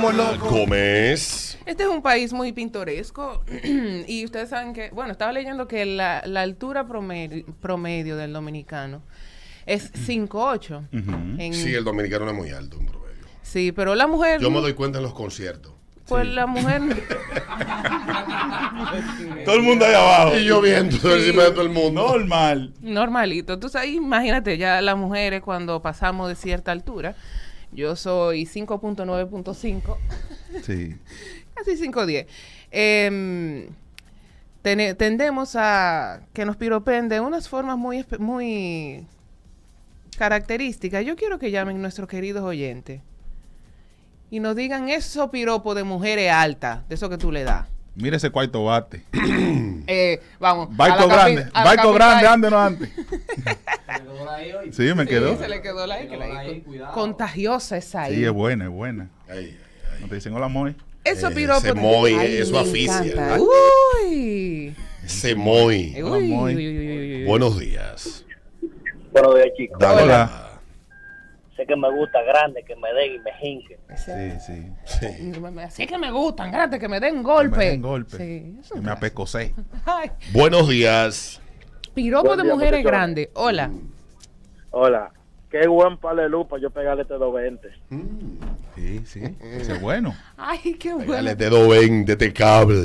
estamos locos. Comes. Este es un país muy pintoresco y ustedes saben que, bueno, estaba leyendo que la, la altura promedio, promedio del dominicano es 5'8". en- Mm. Sí, el dominicano no es muy alto en promedio. sí, pero la mujer... Yo me doy cuenta en los conciertos. Pues la mujer... Todo el mundo ahí abajo. Y yo viendo encima de todo el mundo. Normal. Normalito. Entonces ahí imagínate ya las mujeres cuando pasamos de cierta altura. Yo soy 5.9.5, Sí. casi 5.10. Em, tene- tendemos a que nos piropen de unas formas muy, espe- muy características. Yo quiero que llamen nuestros queridos oyentes y nos digan esos piropos de mujeres altas, de eso que tú le das. Mira ese cuarto bate. Eh, vamos. a la Baito capi- grande. a la Baito capital. grande, ande no antes. Sí, me Sí, quedó. se le quedó la, Se le quedó la I, cuidado. Contagiosa esa I. Sí, es buena, es buena. Ay, No te dicen hola, Moy. Eso Eh, piropo. se moe, Ay, eso me aficia. encanta. Uy. ese Moy. Uy, Hola, uy, Moy. uy, uy, uy. Buenos días. Buenos días, chicos. Dale Hola. Sé que me gusta grande, que me den y me jinquen. Ese- Sí, sí. la- Sí. Así que me gustan, grande, que me den Que golpe. Me den golpe. Sí, eso que es me un apecosé. clásico. Ay, Buenos días. Piropo Buen de día, mujeres muchachones. grandes. Hola. Hola, qué buen palo de luz para yo pegarle este 220. Sí, sí. Ese es bueno. Ay, qué Dale bueno. te doy de este cable.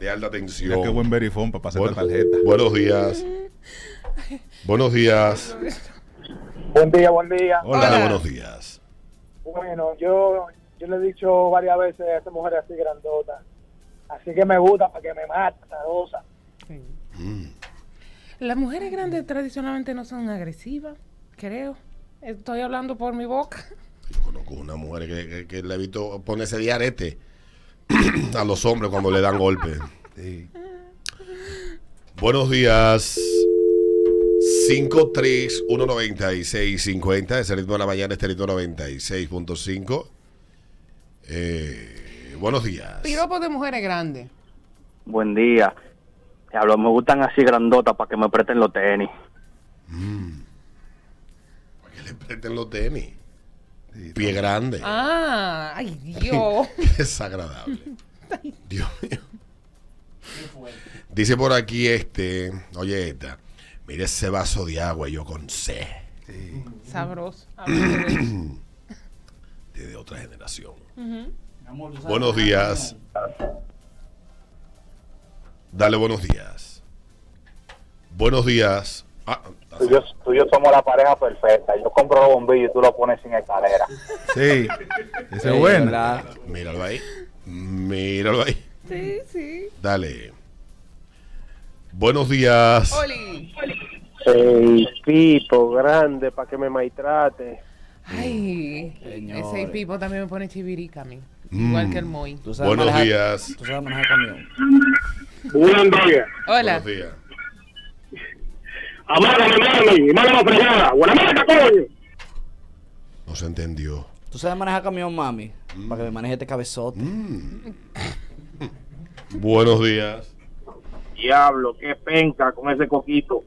De alta tensión. Mira qué buen verifón para pasar Bueno, la tarjeta. Buenos días. Buenos días. Buen día, buen día. Hola, Hola. buenos días. Bueno, yo, yo le he dicho varias veces a esa mujer así grandota. Así que me gusta para que me mate, rosa. Sí. Las mujeres grandes tradicionalmente no son agresivas, creo. Estoy hablando por mi boca. Yo conozco una mujer que, que- que le he visto ponerse de arete a los hombres cuando le dan golpe. Sí. Buenos días. 5319650, es el ritmo de la mañana, este ritmo 96.5. Eh, buenos días. Piropo de mujeres grandes. Buen día. Diablo, me gustan así grandotas para que me presten los tenis. Para que le preten los tenis. Sí. Pie grande. Ah, ay Dios. Desagradable. Dios mío. Dice por aquí este, oye esta, mire ese vaso de agua, yo con C, Sabroso. Hablando de eso. de otra generación. Amor, ¿tú sabes Buenos cómo días. Dale buenos días. Buenos días. Ah, está- Tú y, yo, tú y yo somos la pareja perfecta. Yo compro los bombillos y tú los pones sin escalera. Sí. Ese es bueno. míralo ahí. Míralo ahí. Sí, sí. Dale. Buenos días. Oli. El tipo grande para que me maltrate. Ay, ese Señores. pipo también me pone chivirica a mí. Mm. Igual que el Moy. Tú sabes Buenos manejar- días. Tú sabes manejar camión. Buen día. Hola. Buenos días. Amárame, amárame, amárame fregada. Buena marca, coño. No se entendió. Tú sabes manejar camión, mami. Para que me maneje este cabezote. Buenos días. Diablo, qué penca con ese coquito.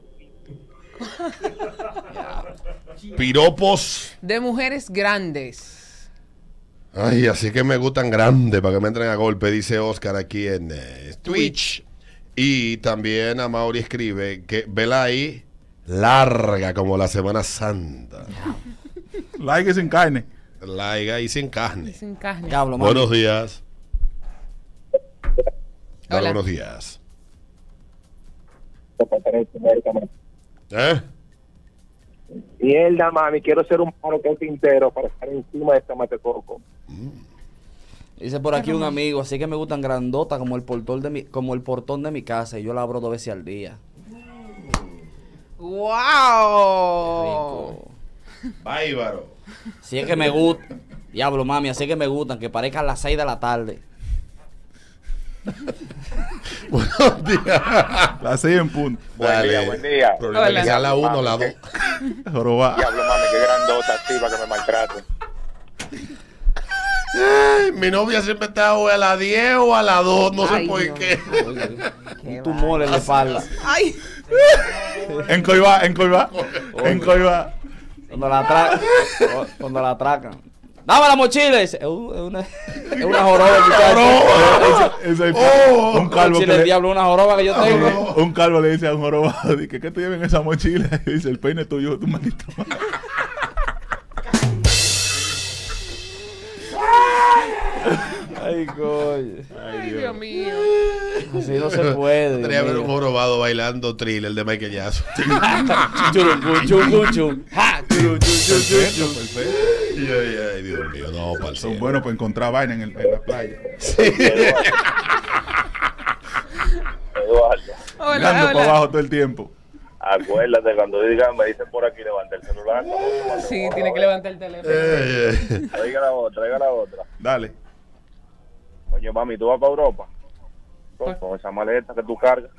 Piropos. De mujeres grandes. Ay, así que me gustan grandes para que me entren a golpe, dice Oscar aquí en eh, Twitch. Y también a Mauri escribe que vela ahí larga como la Semana Santa. Like y sin carne. Larga y sin carne. Dicen carne. Diablo, mami. Buenos días. Dale, Hola. buenos días. ¿Eh? Mierda, mami, quiero ser un paro que tintero para estar encima de este esta matecoco. Dice por aquí un amigo, así que me gustan grandotas como el portón de mi, como el portón de mi casa y yo la abro dos veces al día. ¡Wow! Oh. Rico. Bárbaro. Si es que me gusta. Diablo, mami, así que me gustan, que parezcan las 6 de la tarde. Buenos días. La seis en punto. Buen día, Dale. buen día. Problema Hola. que sea la 1 o la 2. Jorobado. Diablo, mami, qué grandota así para que me maltrate. Mi novia siempre está o a la 10 o a la 2, no Ay, sé por Dios. qué. un tumor en la espalda. ¡Ay! En Coibá, en Coibá. En Coibá. Cuando la atracan. cuando la atracan. Dame la mochila. Dice, Es un- es una, es una joroba, muchacho. Ese- ese es Oh. un calvo que Mochila del le, diablo, una joroba que yo tengo. un calvo le dice a un jorobado, dice, ¿qué te lleva en esa mochila? Y dice, el peine es tuyo, tu maldito. madre". Ay, coño. Ay, Dios mío. Así no se puede. Tenía que ver Dios un mío. jorobado bailando thriller de Michael Jackson. Chum, chum, chum, chum. Ja, chum, chum, chum, chum, chum. Perfecto, perfecto. Y yo, y yo, ay, Dios mío, no, para el Son cielo. buenos para encontrar vaina en, el- en la playa. Eduardo, Hola, Mirando para hola. abajo todo el tiempo. acuérdate cuando digan, me dicen por aquí, levanta el celular. Sí, tiene que levantar el teléfono. Eh, eh. Traiga la otra, traiga la otra. Dale. Oye, mami, ¿tú vas para Europa? Pues- Con, con esa maleta que tú cargas.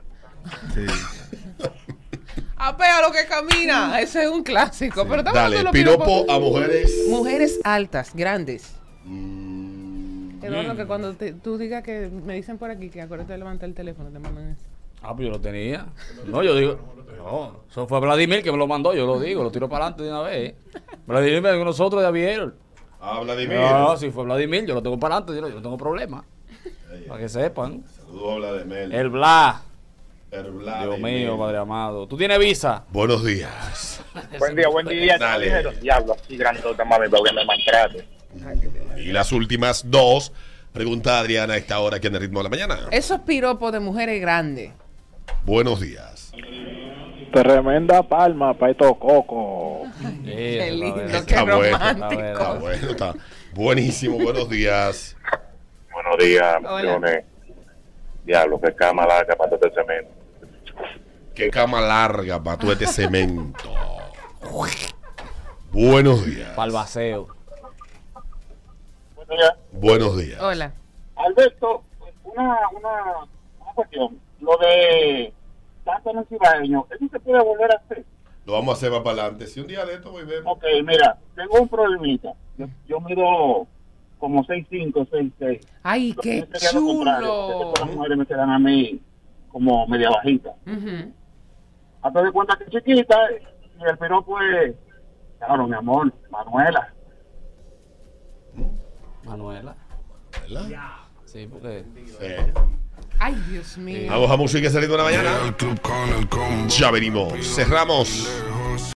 Sí. Apea lo que camina. Ese es un clásico. Pero estamos Mm. Dale, hablando de los piropo a mujeres. Mujeres altas, grandes. Mm. Eduardo, que cuando te- tú digas que me dicen por aquí que acuérdate de levantar el teléfono, te mandan eso. Ah, pues yo lo tenía. No, yo digo. No, eso fue Vladimir que me lo mandó, yo lo digo, lo tiro para adelante de una vez. Vladimir me dijo nosotros de Javier. Habla de mí. No, si fue Vladimir, yo lo tengo para adelante, yo no, yo no tengo problema. Para que sepan. Saludos, habla de Mel. El Bla. El Vladimir. Dios mío, padre amado. ¿Tú tienes visa? Buenos días. Buen día, buen día. Dale. caballero. Diablo, así grandota, mami, para que me maltrate. Y las últimas dos. Pregunta a Adriana a esta hora aquí en el ritmo de la mañana. Esos piropos de mujeres grandes. Buenos días. Tremenda palma para estos cocos. Qué lindo, Está qué bueno. Está Está romántico. Ah, bueno, está buenísimo. Buenos días. Buenos días, Hola. campeones. Diablo, qué cama la capa de cemento. Qué cama larga para tu este cemento. Buenos días. Para el vaceo. Buenos días. Buenos días. Hola. Alberto, una, una, una cuestión. Lo de tanto en el cibaeño, ¿eso se puede volver a hacer? Lo vamos a hacer más para adelante. Si un día de esto volvemos. Ok, mira, tengo un problemita. Yo, yo mido como 6'5", 6'6". Ay, qué Yo sería lo contrario, chulo. porque Las mujeres me quedan a mí como media bajita. Ujú. Hazte de cuenta que chiquita y el piropo es, claro, mi amor, Manuela. Manuela. ¿verdad? Sí, porque. Sí. Ay, Dios mío. Vamos a música saliendo de la mañana. Ya venimos. Cerramos.